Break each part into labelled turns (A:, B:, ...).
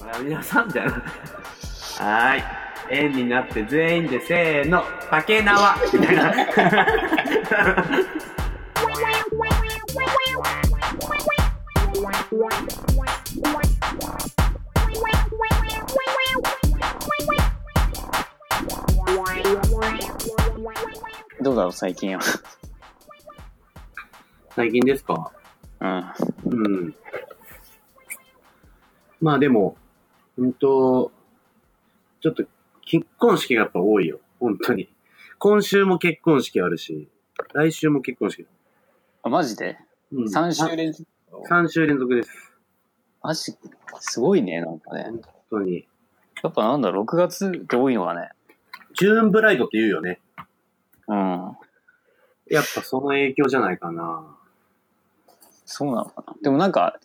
A: ほら、皆さん、みたいな。はーい。円になって全員でせーの、竹縄みたいな。
B: どうだろう、最近は。
A: 最近ですか
B: うん。
A: うん。まあでも、うんと、ちょっと結婚式がやっぱ多いよ。本当に。今週も結婚式あるし、来週も結婚式。
B: あ、マジで
A: うん、
B: ?3 週連続。
A: 三週連続です。
B: マジ、すごいね、なんかね。
A: 本当に。
B: やっぱなんだ、6月って多いのはね。
A: ジューンブライドって言うよね。
B: うん。
A: やっぱその影響じゃないかな。
B: そうなのかな。でもなんか、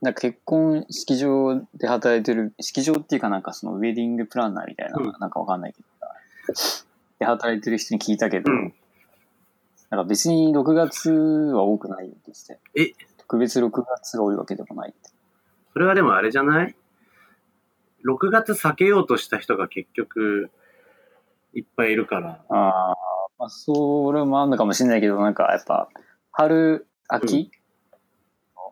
B: なんか結婚式場で働いてる、式場っていうかなんかそのウェディングプランナーみたいな、
A: うん
B: なんかわかんないけど。で働いてる人に聞いたけど、
A: うん
B: なんか別に6月は多くないんですって。
A: え
B: 特別6月が多いわけでもないって。
A: それはでもあれじゃない ?6 月避けようとした人が結局、いっぱいいるから。
B: ああ、まあ、それもあるのかもしれないけど、なんかやっぱ、春、秋、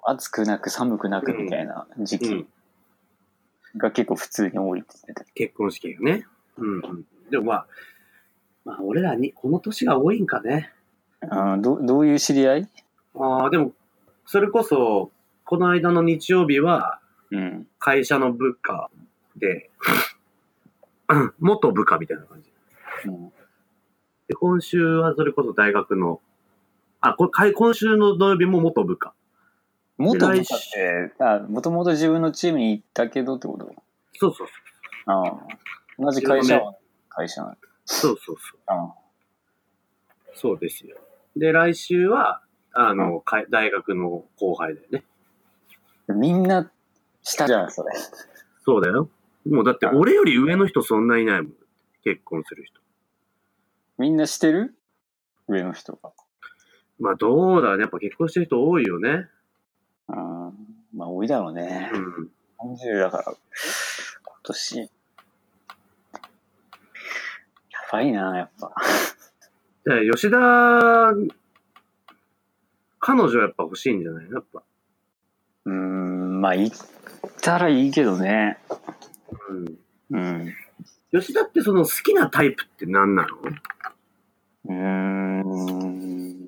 B: 暑くなく寒くなくみたいな時
A: う
B: 期
A: ん。
B: が結構普通に多いって言ってた。
A: 結婚式がね。うんうん。でもまあ、まあ俺らに、この年が多いんかね。
B: うん、どどういう知り合い
A: ああ、でも、それこそ、この間の日曜日は、
B: うん。
A: 会社の部下で、 うん元部下みたいな感じ。
B: うん、
A: で、今週はそれこそ大学の、あ、こかい今週の土曜日も元部下。
B: 元部下って、あもともと自分のチームに行ったけどってこと
A: そうそう
B: ああ同じ会社は会社なの。
A: そう。そうそうそう。
B: あ
A: そうですよ。で、来週は、あの、かい大学の後輩だよね。
B: あみんな下じゃん、それ。
A: そうだよ。もうだって俺より上の人そんないないもん。結婚する人。
B: みんなしてる上の人が。
A: まあどうだろうね。やっぱ結婚してる人多いよね。
B: うん。まあ多いだろうね。
A: うん。
B: 30だから、今年。やばいな、やっぱ。
A: で、吉田、彼女やっぱ欲しいんじゃないやっぱ。
B: うーん、まあ、行ったらいいけどね。
A: うん。
B: うん。
A: 吉田ってその好きなタイプって何なの
B: うーん。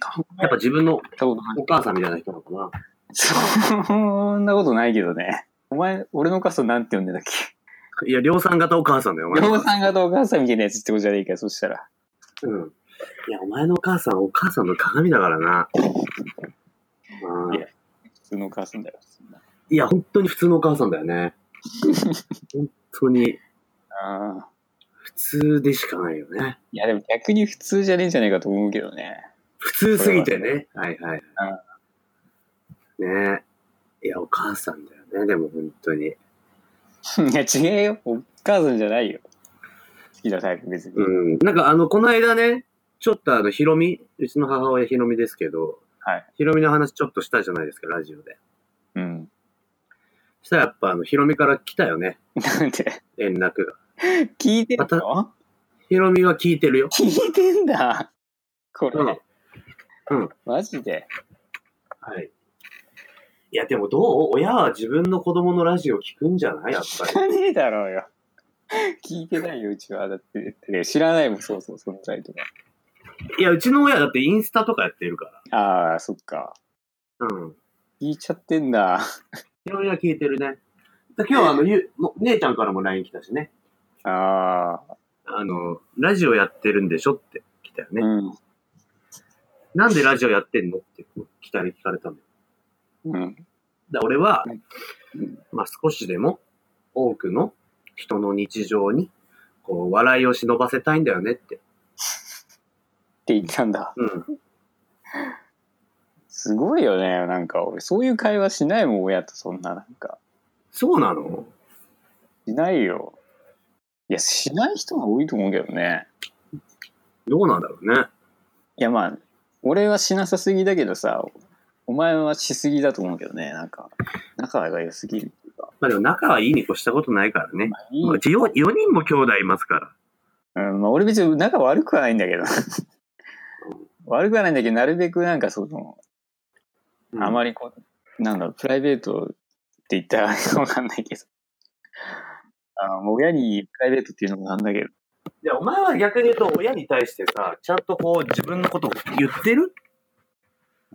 B: 考
A: やっぱ自分の
B: えたことない
A: お母さんみたいな人なのかな
B: そんなことないけどね。お前、俺のお母さんなんて呼んでたっけ
A: いや、量産型お母さんだよ、お前。
B: お父さんがお母さんみたいなやつってことじゃねえか、そしたら。
A: うん。いや、お前のお母さん、お母さんの鏡だからな。うん
B: いや普通のお母さんだよ、そんない
A: や、本当に普通のお母さんだよね。本当に
B: ああ。
A: 普通でしかないよね。
B: いや、でも逆に普通じゃねえんじゃねえかと思うけどね。
A: 普通すぎてね。はいはい。ねえ。いや、お母さんだよね、でも本当に。
B: いや、違えよ。お母さんじゃないよ。好きだタイプ、別に。
A: うん。なんかあの、この間ね、ちょっとあの、ヒロミ、うちの母親ヒロミですけど、
B: はい。
A: ヒロミの話ちょっとしたじゃないですか、ラジオで。
B: うん。
A: したらやっぱあの、ヒロミから来たよね、
B: なんて、
A: 連絡が。
B: 聞いてる
A: また
B: の
A: ヒロミは聞いてるよ。
B: 聞いてんだ。これ、
A: うん。うん。
B: マジで。
A: はい。いや、でもどう親は自分の子供のラジオ聞くんじゃないやっぱ
B: 聞かねえだろうよ。聞いてないよ、うちは。だって、知らないもん、そうそう、存在とか。
A: り。いや、うちの親だってインスタとかやってるか
B: ああ、そっか。
A: ら。うん。
B: 聞いちゃってんだ。
A: いろいろ聞いてるね。だ今日はあの、ゆも姉ちゃんからも LINE 来たしね。
B: ああ、
A: あの、ラジオやってるんでしょって来たよね。
B: うん。
A: なんでラジオやってんのってこう来たり聞かれたの。
B: うん。
A: だ俺は
B: うん、
A: まあ、少しでも多くの人の日常に、こう、笑いを忍ばせたいんだよねって。
B: って言ったんだ。
A: うん。
B: すごいよね。なんか、俺、そういう会話しないもん、親とそんな、なんか。
A: そうなの
B: しないよ。いや、しない人が多いと思うけどね。
A: どうなんだろうね。
B: いやまあ、俺はしなさすぎだけどさ、お前はしすぎだと思うけどね、なんか、仲が良すぎるっていうか。
A: まあでも仲はいいに越したことないからね。
B: まあ、いい
A: まあうち 4, 4人も兄弟いますから。
B: うん、まあ俺別に仲悪くはないんだけど。悪くはないんだけど、なるべくなんかその、あま
A: り。
B: りこう、なんだろう、プライベートって言ったらわかんないけど。あの、もう親にプライベートっていうのもなんだけど。
A: いや、お前は逆に言うと親に対してさ、ちゃんとこう自分のことを言ってる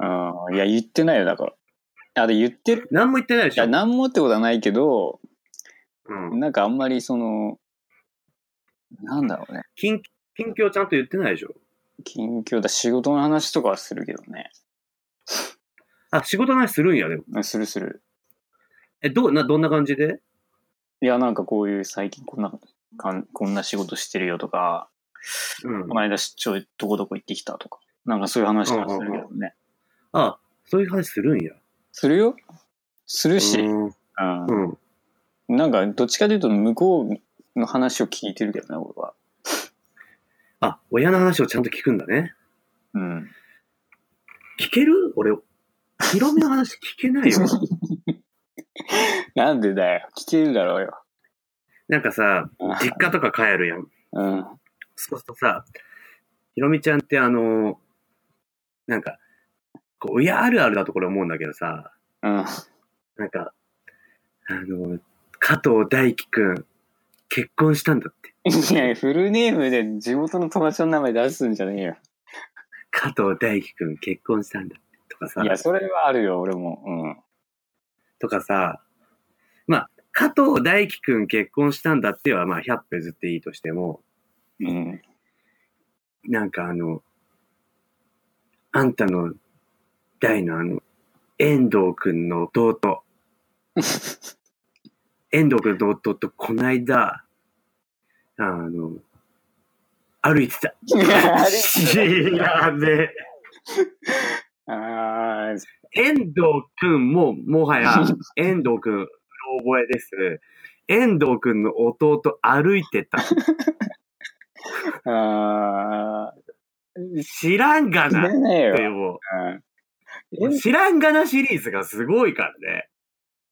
B: うん、いや、言ってないよ、だから。あ、で、言ってる。
A: 何も言ってないで
B: い
A: しょ
B: や、。なんもってことはないけど、
A: うん。
B: なんかあんまりその、なんだろうね。
A: 近近況ちゃんと言ってないでしょ。
B: 近況だ、仕事の話とかはするけどね。
A: あ、仕事の話するんや、でも。
B: うんするする。
A: え、どう、な、どんな感じで
B: いや、なんかこういう最近こんな、かんこんな仕事してるよとか、
A: うん
B: こ。の間出張どこどこ行ってきたとか、なんかそういう話とかするけどね。
A: あ、そういう話するんや。
B: するよするし、
A: うん。
B: うん
A: うん。
B: なんかどっちかというと向こうの話を聞いてるけどね、俺は。
A: あ、親の話をちゃんと聞くんだね。
B: うん。
A: 聞ける俺、ヒロミの話聞けない よ。
B: なんでだよ。聞けるだろうよ。
A: なんかさ、実家とか帰るやん。
B: うん。
A: そうするとさ、ひろみちゃんってあの、なんか、こう、親あるあるだとこれ思うんだけどさ、
B: うん。
A: なんか、あの、加藤大輝くん、結婚したんだって。
B: いや、フルネームで地元の友達の名前出すんじゃねえよ。
A: 加藤大輝くん、結婚したんだって。とかさ
B: い、や、それはあるよ、俺も。うん。
A: とかさ、まあ、加藤大輝くん結婚したんだっては、まあ、100歩ずっていいとしても、
B: うん。
A: なんかあの、あんたの大のあの、遠藤くんの 弟。遠藤くんの弟とこないだ、あの、歩いてた。
B: い やあれ
A: いやべ
B: あー
A: 遠藤くんも、もは や、遠藤くん、うろ覚えです。遠藤くんの弟歩いてた。
B: あ
A: 知らんが
B: ー。知
A: な
B: ら。ないよ。
A: でも
B: う
A: う、
B: ん
A: 知らんがなシリーズがすごいからね。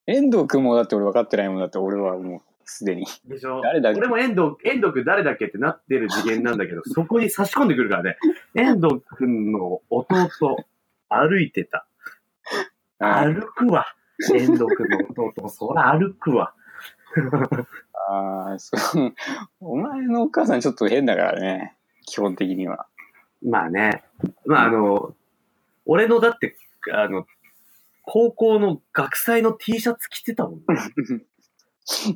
B: 遠藤君もだって俺分かってないもんだって俺はもうすでに。
A: でしょ
B: 誰だっけ
A: 俺も遠藤、遠藤くん誰だっけってなってる次元なんだ けど、そこに差し込んでくるからね。遠藤くんの弟、歩いてた。
B: あ
A: 歩くわ。遠藤くんの弟、そら歩くわ。
B: あー、そう。お前のお母さんちょっと変だからね。基本的には。
A: まあね。まああの、俺のだって、あの、高校の学祭の T シャツ着てたもんね。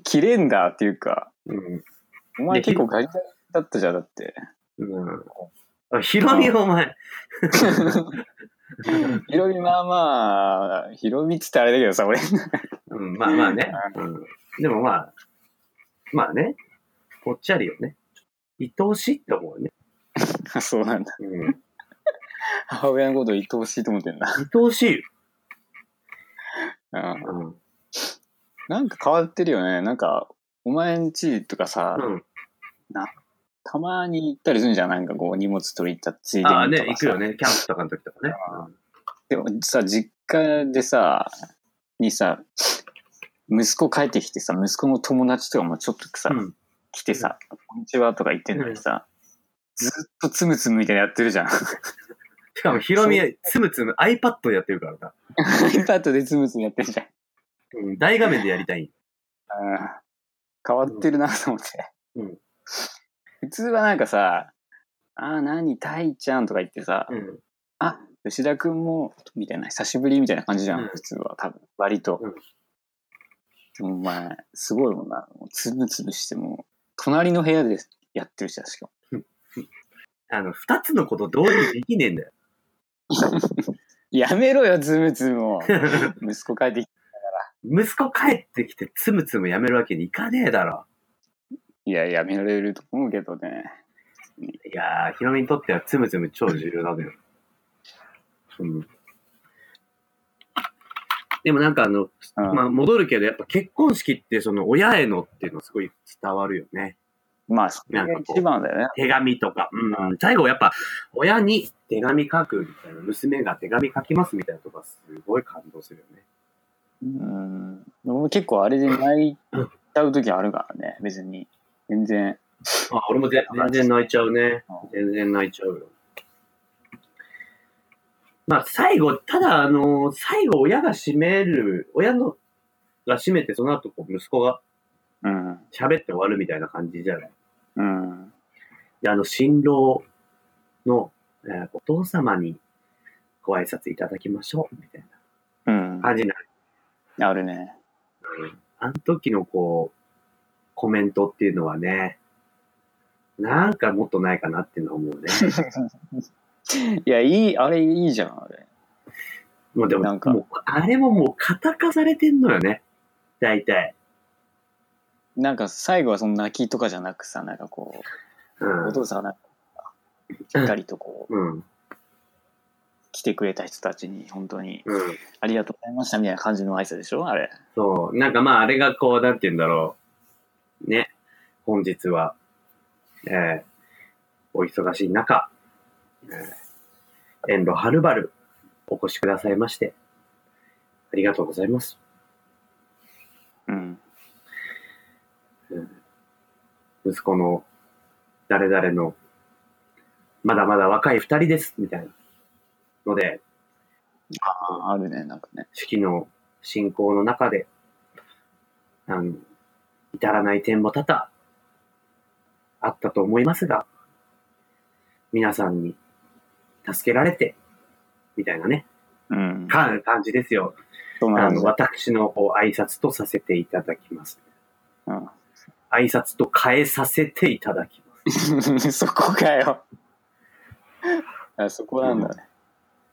B: 切れんだっていうか、
A: うん。
B: お
A: い
B: 前
A: や
B: 結構ガリガリだったじゃん、だって。
A: うんあ。ヒロミお前。
B: ヒロミまあまあ、ヒロミっつってあれだけどさ、俺。
A: うん、まあまあね。うん、でもまあ、まあね、ぽっちゃりよね。愛おしいって思うね。
B: あそうなんだ。
A: うん、
B: 母親のこと愛おしいと思ってんだ。
A: 愛おしいよ。
B: うん。
A: うん。
B: なんか変わってるよね。なんか、お前んちとかさ、
A: うん、
B: たまに行ったりするじゃん。なんかこう、荷物取り行ったついでにとかさ。
A: ああね、行くよね。キャンプとかの時とかね。
B: でもさ、実家でさ、にさ、息子帰ってきてさ、息子の友達とかもちょっとさ、
A: うん。
B: 来てさ、こんにちはとか言ってんのにさ、ずっとつむつむみたいなやってるじゃん。
A: しかもヒロミ
B: そ、
A: つむつむ iPad でやってるからな。
B: iPad でつむつむやってるじゃん。
A: うん、大画面でやりたい。
B: あー変わってるなと思って。
A: うん
B: 普通はなんかさ、あー何、たいちゃんとか言ってさ、
A: ん。
B: あ、吉田くんも、みたいな、久しぶりみたいな感じじゃん、
A: うん
B: 普通は、多分、割と。
A: うん
B: でもお前、すごいもんな、もうつぶつぶしても、隣の部屋でやってるじゃん、しかも。
A: あの、二つのこと同時にできねえんだよ。
B: やめろよ、つぶつぶを。 息子帰ってきて、
A: 息子帰ってきてつむつむやめるわけにいかねえだろ。
B: いや、やめられると思うけどね。
A: いやー、ヒロミにとってはつむつむ超重要なのよ。うん。でもなんかあの、
B: うん
A: まあ戻るけど、やっぱ結婚式ってその親へのっていうのすごい伝わるよね。
B: まあ、それが一番だよね。
A: 手紙とか。うん。最後やっぱ、親に手紙書くみたいな、娘が手紙書きますみたいなとか、すごい感動するよね。
B: うん。俺も結構あれで泣いちゃう時あるからね、別に。全然。
A: あ、俺も全然泣いちゃうね。全然泣いちゃうよ。まあ、最後、ただ、あのー最後、親が閉める、親のが閉めて、その後、こう、息子が
B: うん。
A: 喋って終わるみたいな感じじゃない
B: うん。
A: で、あの、新郎の、えーお父様にご挨拶いただきましょう、みたい
B: うん
A: な。感じになる。
B: あるね。
A: あの時の、こう、コメントっていうのはね、なんかもっとないかなっていうのは思う ね。
B: いや、いい、あれいいじゃん、あれ。
A: もうで
B: な
A: も
B: ん、か
A: もうあれももう、型化されてんのよね。大体。
B: なんか最後はその泣きとかじゃなくさ、なんかこ
A: う
B: う、
A: ん
B: お。父さんがなんか、しっかりとこう、
A: うん。
B: 来てくれた人たちに、本当に、
A: うん。
B: ありがとうございましたみたいな感じの挨拶でしょあれ。
A: そう。なんかまあ、あれがこう、なんて言うんだろう。ね。本日は、えー、お忙しい中、えー、遠路はるばるお越しくださいまして、ありがとうございます。
B: うん。
A: 息子の、誰々の、まだまだ若い二人です、みたいな。ので、
B: ああるね、なんかね。
A: 式の進行の中で、あの、至らない点も多々あったと思いますが、皆さんに助けられて、みたいなね、
B: うん。
A: か感じですよ。
B: そんな
A: あ
B: 感
A: の、
B: じ
A: 私のこう挨拶とさせていただきます。
B: う
A: 挨拶と変えさせていただきます。
B: ん。 そこかよ。あそこなんだね。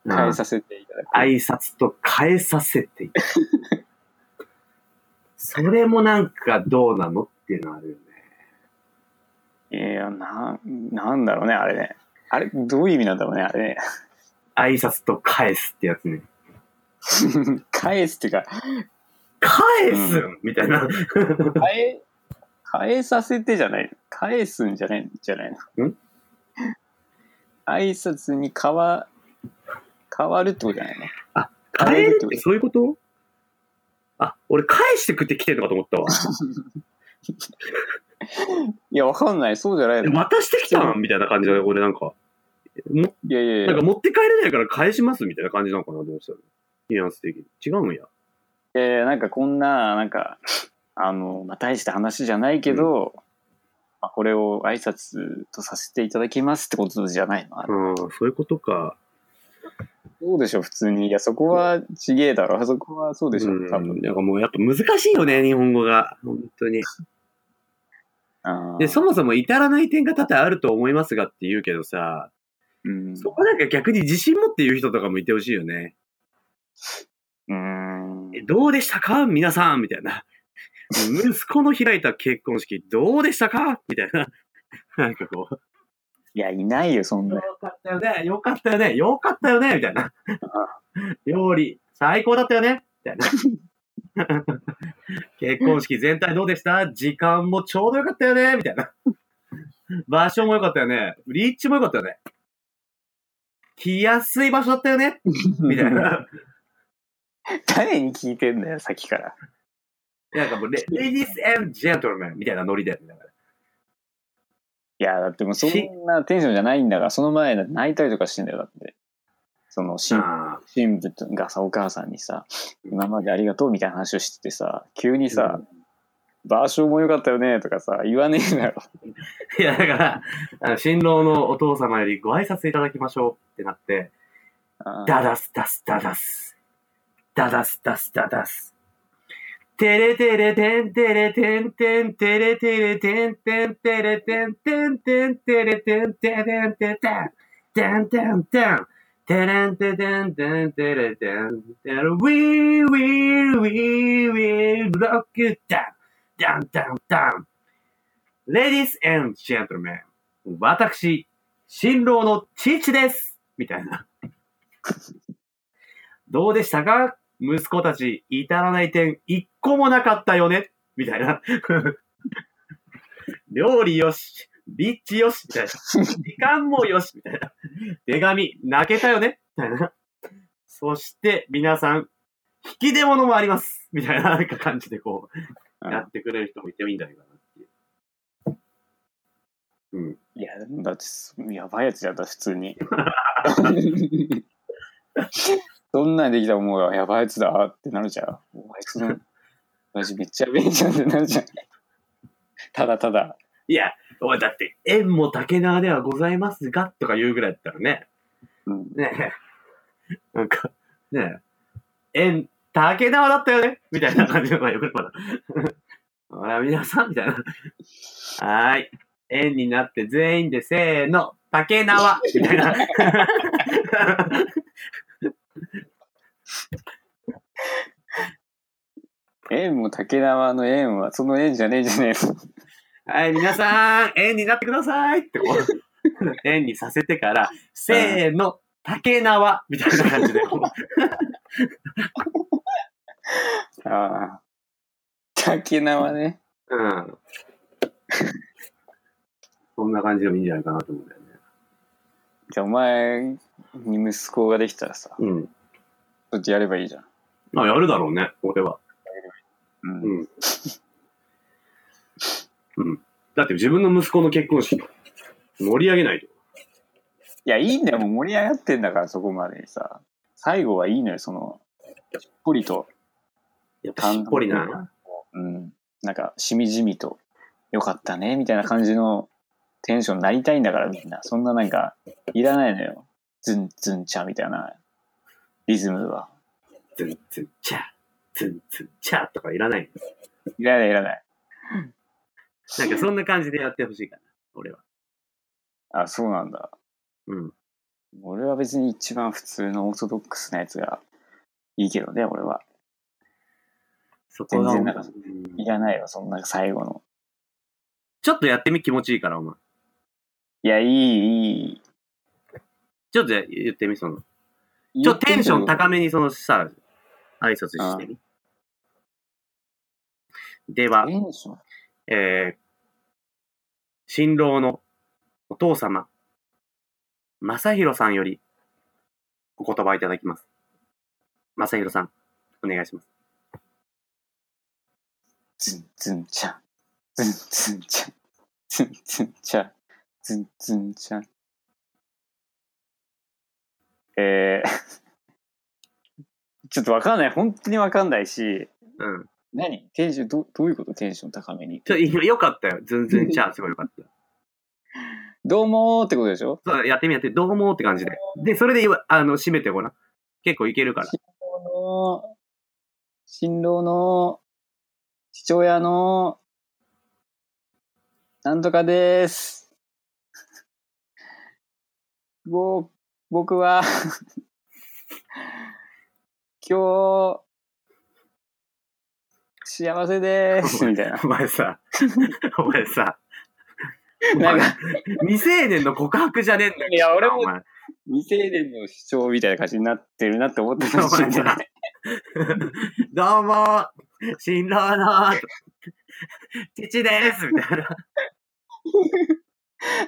B: 変えさせていただく。
A: 挨拶と変えさせてい ただく。それもなんかどうなのっていうのあるよね。
B: いや、なん、なんだろうね、あれね。あれ、どういう意味なんだろうね、あれね。
A: 挨拶と返すってやつね。
B: 返すっていうか、
A: 返す、みたいな。
B: 変え、変えさせてじゃない。返すんじゃない、じゃないの。
A: ん
B: 挨拶に変わ、変わるってことじゃないの。
A: 返るってそういうことあ、俺返してくって来てるのかと思 ったわ。
B: いや、わかんない。そうじゃないの。
A: 渡してきたんみたいな感じで、俺なんか。も
B: いやいや
A: な
B: いや
A: んか。持って帰れないから返しますみたいな感じなのかなと思ってたのニュアンス的に。違うんや。
B: いやいやなんかこんな、なんか、あの、まあ、大した話じゃないけど、まあ、これを挨拶とさせていただきますってことじゃないの、あれ
A: うん、そういうことか。
B: どうでしょう、普通に。いや、そこはちげえだろ。そこはそうでしょ、
A: うん
B: 多分。
A: なんかもうやっぱ難しいよね、日本語が。本当に。
B: あー
A: で、そもそも至らない点が多々あると思いますがって言うけどさ、
B: うん。
A: そこなんか逆に自信持って言う人とかもいてほしいよね。
B: うん。
A: えどうでしたか皆さんみたい な。息子の開いた結婚式、どうでしたかみたいな。 なんかこう、
B: いや、いないよ、そんな
A: よ。かったよね、よかったよね、よかったよね、みたいな。料理、最高だったよね、みたいな。 結婚式全体どうでした時間もちょうどよかったよね、みたいな。場所もよかったよね。リーチもよかったよね。来やすい場所だったよね、みたい。な。
B: 誰に聞いてんだよ、さっきから。
A: なんかもうレ、レディースジェントルメンみたいなノリだよね。
B: いや、だってもうそんなテンションじゃないんだから、その前だって泣いたりとかしてんだよ、だって。その、新
A: あ
B: 神父がさ、お母さんにさ、今までありがとうみたいな話をしててさ、急にさ、場所も良かったよねとかさ、言わねえだろ。
A: いや、だから、あの新郎のお父様よりご挨拶いただきましょうってなって、
B: あー
A: ダダスダスダダス。ダダスダスダダス。テレテレテンテレテンテンテレテレテンテンテレテンテンテンテレテンテレテンテンテンテンテンテレンテテンテンテレテンテレウィーウィーウィーウィーロックダウンダンダンダンレディースジェントルメン私新郎の父ですみたいなどうでしたか息子たち、至らない点、一個もなかったよねみたいな。 料理よし、リッチよし、みたいな。時間もよし、みたいな。手紙、泣けたよね、みたいな。そして、皆さん、引き出物もあります、みたいな、なんか感じでこう、
B: うん
A: やってくれる人もいてもいいんじゃないかなっていう。うん。
B: いや、でもだってす、やばいやつじゃった、普通に。そんなんできた思うが、やばいやつだってなるじゃん。お前、その、私めっちゃやべえじゃんってなるじゃん。ただただ、
A: いや、おい、だって、縁も竹縄ではございますが、とか言うぐらいだったらね、
B: うん、
A: ねえ、なんか、ねえ、縁、竹縄だったよねみたいな感じのがよくまだ。ほら、皆さん、みたい な。はーい。縁になって全員でせーの、竹縄みたいな。
B: 縁も竹縄の縁は、その縁じゃねえじゃ ねえの。
A: はい、皆さん、縁になってくださいってこう、縁にさせてから、せーの、竹縄みたいな感じで、こう
B: ああ。竹縄ね。
A: うん。そんな感じでもいいんじゃないかなと思うんだよね。
B: じゃあお前に息子ができたらさ、ち
A: うん。
B: ょっとやればいいじゃん。
A: まあ、やるだろうね、俺は。
B: うん。
A: うんだって自分の息子の結婚式、盛り上げないと。
B: いや、いいんだよ。もう盛り上がってんだから、そこまでさ。最後はいいのよ、その、しっぽりと。
A: やっぱしっぽりな。。
B: うん。なんか、しみじみと、よかったね、みたいな感じのテンションになりたいんだから、みんな。そんななんか、いらないのよ。ズンズンチャみたいな、リズムは。
A: ツンツンチャー、ツンツンチャーとかいらない。
B: いらない、いらない。
A: なんかそんな感じでやってほしいかな、俺は。
B: あ、そうなんだ。
A: うん。
B: 俺は別に一番普通のオーソドックスなやつがいいけどね、俺は。
A: そこが
B: 全然なん
A: う
B: か
A: ん
B: いらないよ、そんな最後の。
A: ちょっとやってみ気持ちいいから、お前。
B: いや、いい、い
A: ちょっとや言ってみ、その。
B: い。
A: ちょっとテンション高めにそのさ、挨拶してみ。では
B: テ、ンション
A: えー、新郎のお父様、正宏さんよりお言葉いただきます。正宏さん、お願いします。
B: ズンズンチャン。ズンズンチャン。ズンズンチャン。ズンズンチャン。えー、 ちょっとわかんない。本当にわかんないし、
A: うん。
B: 何テンション、どどういうことテンション高めに。
A: ちょ、今よかったよ。ズンズンチャー、すごいよかった。
B: どうもーってことでしょ
A: そう、やってみやって、どうもーって感じで。で、それで言わ、あの、締めてごらん。結構いけるから。
B: あの新郎の父親のなんとかです。 ぼ僕は 今日幸せですみたい な。
A: お前さ、お前さ、
B: なんか
A: 未成年の告白じゃねえんだよ。
B: いや俺も
A: お前
B: 未成年の主張みたいな感じになってるなって思って た
A: お
B: し
A: 前さ どうもー、新郎のー、父ですみたいな。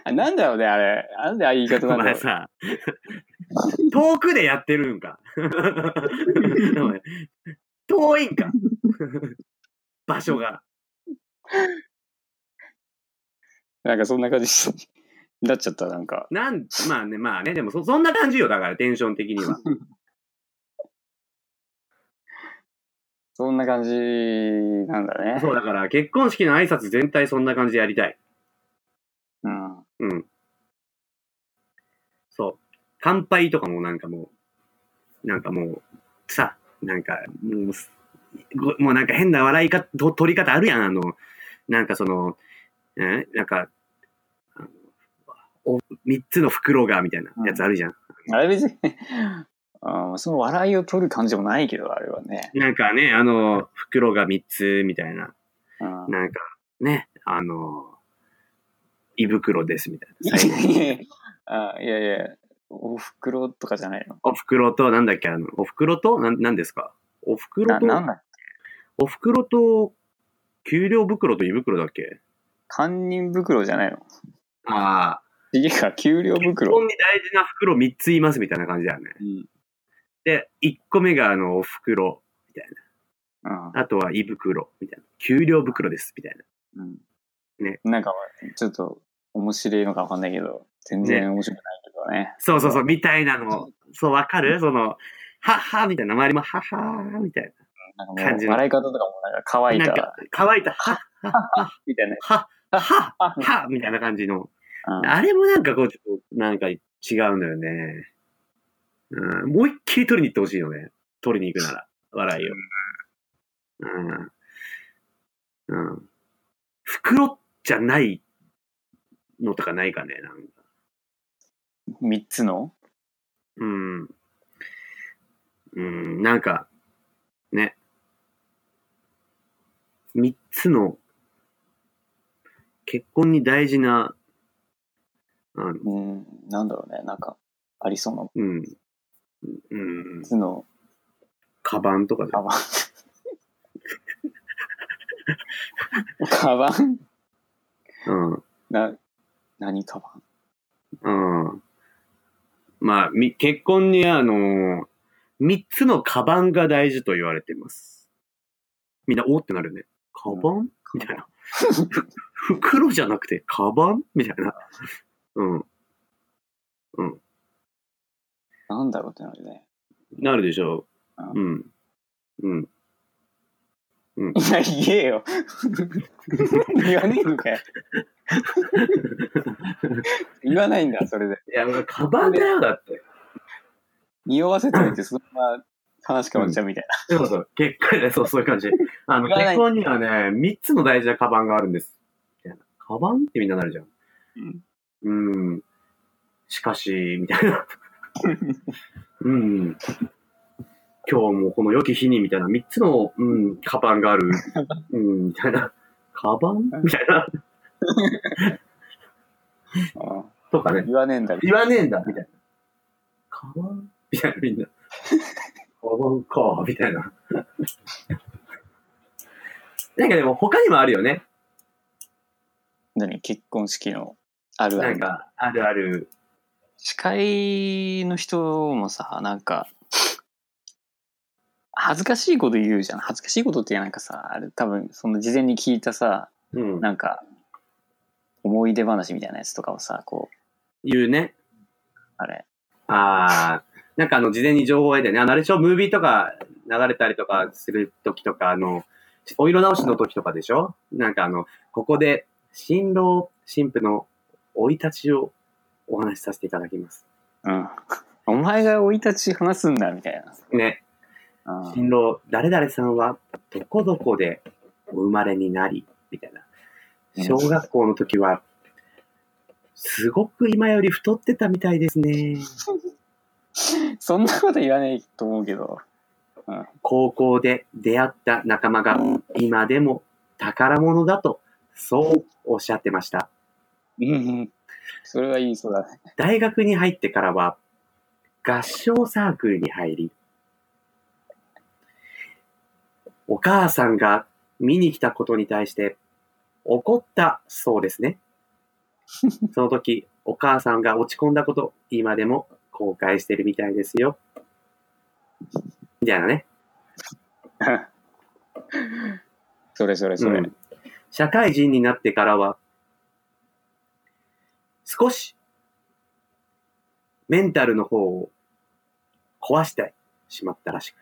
B: あなんだろうねあれ。なんでああいう言い方
A: お
B: な
A: 前
B: んだろう。
A: さ、遠くでやってるんか。お前遠いんか。場所が。
B: なんかそんな感じになっちゃったなんか。
A: なん、まあね、まあね、でもそそんな感じよ、だから、テンション的には。
B: そんな感じなんだね。
A: そう、だから、結婚式の挨拶全体そんな感じでやりたい。
B: うん。
A: うん。そう。乾杯とかもなんかもう、なんかもう、さ、なんか、もうす、ごもうなんか変な笑い方、と取り方あるやん、あの、なんかその、えなんか、あのお三つの袋が、みたいなやつあるじゃん。
B: あれ別に あー、その笑いを取る感じもないけど、あれはね。
A: なんかね、あの、袋が三つ、みたいな。
B: うん
A: なんか、ね、あの、胃袋です、みたい
B: い
A: な。最後
B: やいやあーいやいや、お袋とかじゃないの。
A: お袋と、なんだっけ、あの、お袋と、なん、なんですかお袋
B: な
A: と、
B: なんだ
A: お袋と、給料袋と胃袋だっけ
B: 堪忍袋じゃないの。
A: ああ。
B: 次が給料
A: 本
B: 袋。
A: に大事な袋3つ言いますみたいな感じだよね。
B: うん。
A: で、1個目があの、お袋、
B: うん
A: あとは胃袋、みたいな。給料袋です、みたいな。
B: うん。
A: ね
B: なんか、ちょっと、面白いのかわかんないけど、全
A: ね
B: 然面白くないけどね。
A: そうそうそう、みたいなの。そう、わかるその、はっはーみたいな、周りもはっはーみたい
B: なんか
A: 感
B: も
A: じ
B: う、
A: の
B: 笑い方とかもなんか乾い
A: な。なん
B: た
A: か、、乾いた、はっ
B: みたいな。
A: はっ、はっ、はっ、みたいな感じの。
B: うん
A: あれもなんかこう、ちょっとなんか違うんだよね。うん、思いっきり取りに行ってほしいよね。取りに行くなら。笑いを。うん。うん。袋じゃないのとかないかね、なんか。
B: 三つの
A: うん。うん、なんか、ね。三つの、結婚に大事な、あの、
B: うん、なんだろうね。なんか、ありそうな。
A: うん。うん
B: 三。つの、
A: カバンとかで。
B: カバン。カバン
A: うん。
B: な、何カバン
A: うん。まあ、み、結婚にあのー三つのカバンが大事と言われています。みんな、おーってなるよね。カバンみたいな。ふ袋じゃなくて、カバンみたいな。うん。
B: なんだろうってなるね。
A: なるでしょ
B: あ
A: う。うん。うん。
B: いや、言えよ。言わねえのかよ。言わないんだ、それで。
A: いや、カバンだよ、だって。
B: 匂わせといて、そのまま話変わっちゃうみたい
A: そうそう。結婚ね、そう、そういう感じ。あの、
B: 言わない
A: 結婚にはね、三つの大事なカバンがあるんです。みたいな。カバンってみんななるじゃん。うん。しかし、みたいな。うん。今日もこの良き日に、みたいな。三つの、うん、カバンがある。うん、みたいな。カバンみたいな。
B: な。うん
A: とかね。
B: 言わねえんだ、みたい
A: 言わねえんだ、みたいな。カバンみたいな、みん な。カバンか、みたいな。なんかでも他にもあるよね。
B: な。何結婚式のあるあ
A: な
B: る
A: ん。か、あるある。
B: 司会の人もさ、なんか、恥ずかしいこと言うじゃん。恥ずかしいことってなんかさ、あれ多分、その事前に聞いたさ、
A: うん。
B: なんか、思い出話みたいなやつとかをさ、こう、
A: 言うね。
B: あれ、
A: ああ、なんかあの、事前に情報を得てね、あの、あれでしょ、ムービーとか流れたりとかするときとか、あの、お色直しのときとかでしょなんかあの、ここで、新郎、新婦の生い立ちをお話しさせていただきます。
B: うん。 お前が生い立ち話すんだ、みたい
A: ね、
B: な。う ん。
A: 新郎、誰々さんは、どこどこでお生まれになり、みたいな。小学校の時は、すごく今より太ってたみたいですね。
B: そんなこと言わないと思うけど、
A: 高校で出会った仲間が今でも宝物だと、そうおっしゃってました。
B: うん。それは言いそうだね。
A: 大学に入ってからは、合唱サークルに入り、お母さんが見に来たことに対して怒ったそうですね。その時、お母さんが落ち込んだこと、今でも後悔してるみたいですよ。みたいなね。
B: それそれそれ。
A: うん社会人になってからは、少し、メンタルの方を壊してしまったらしく、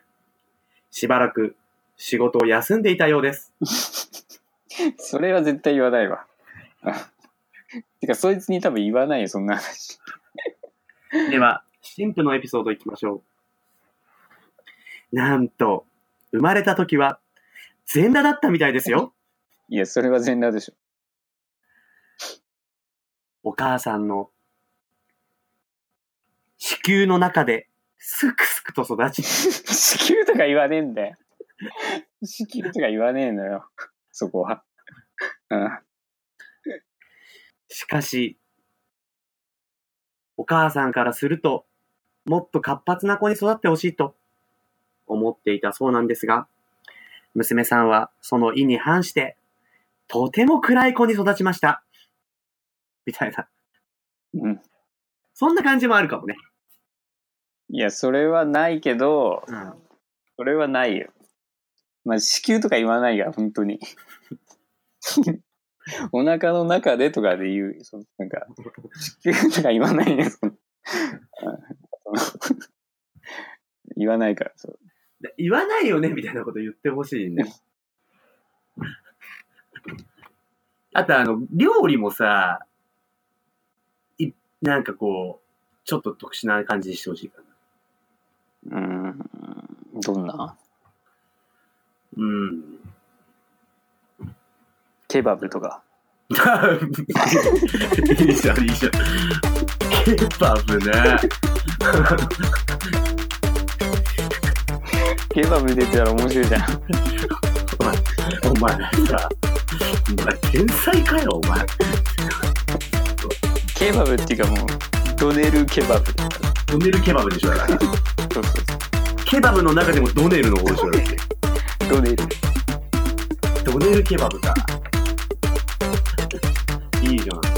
A: しばらく仕事を休んでいたようです。
B: それは絶対言わないわ。 てか、そいつに多分言わないよ、そんな話。
A: では、神父のエピソードいきましょう。なんと、生まれた時は、全裸だったみたいですよ。
B: いや、それは全裸でしょ。
A: お母さんの子宮の中ですくすくと育ち、
B: 子宮とか言わねえんだよ。子宮とか言わねえのよ。そこは。うん。
A: しかし、お母さんからすると、もっと活発な子に育ってほしいと思っていたそうなんですが、娘さんはその意に反して、とても暗い子に育ちました。みたいな。
B: うん。
A: そんな感じもあるかもね。
B: いや、それはないけど、
A: うん。
B: それはないよ。まあ、子宮とか言わないが、本当に。 お腹の中でとかで言う、そのなんか、子宮とか言わないね、その 言わないから、そう。
A: 言わないよね、みたいなこと言ってほしいね。あと、あの、料理もさ、い、なんかこう、ちょっと特殊な感じにしてほしいかな。
B: うーん、どんな
A: うん。
B: ケバブとか。
A: いいじゃん、いいじゃん。ケバブね。
B: ケバブ出てたら面白いじゃん。
A: お前さ、お前天才かよ、お前。
B: ケバブっていうかもう、ドネルケバブ。
A: ドネルケバブでしょ、だから
B: そうそうそ
A: ケバブの中でもドネルの方でしょ、だって
B: う。ドネル。
A: ドネルケバブか。いいじゃん。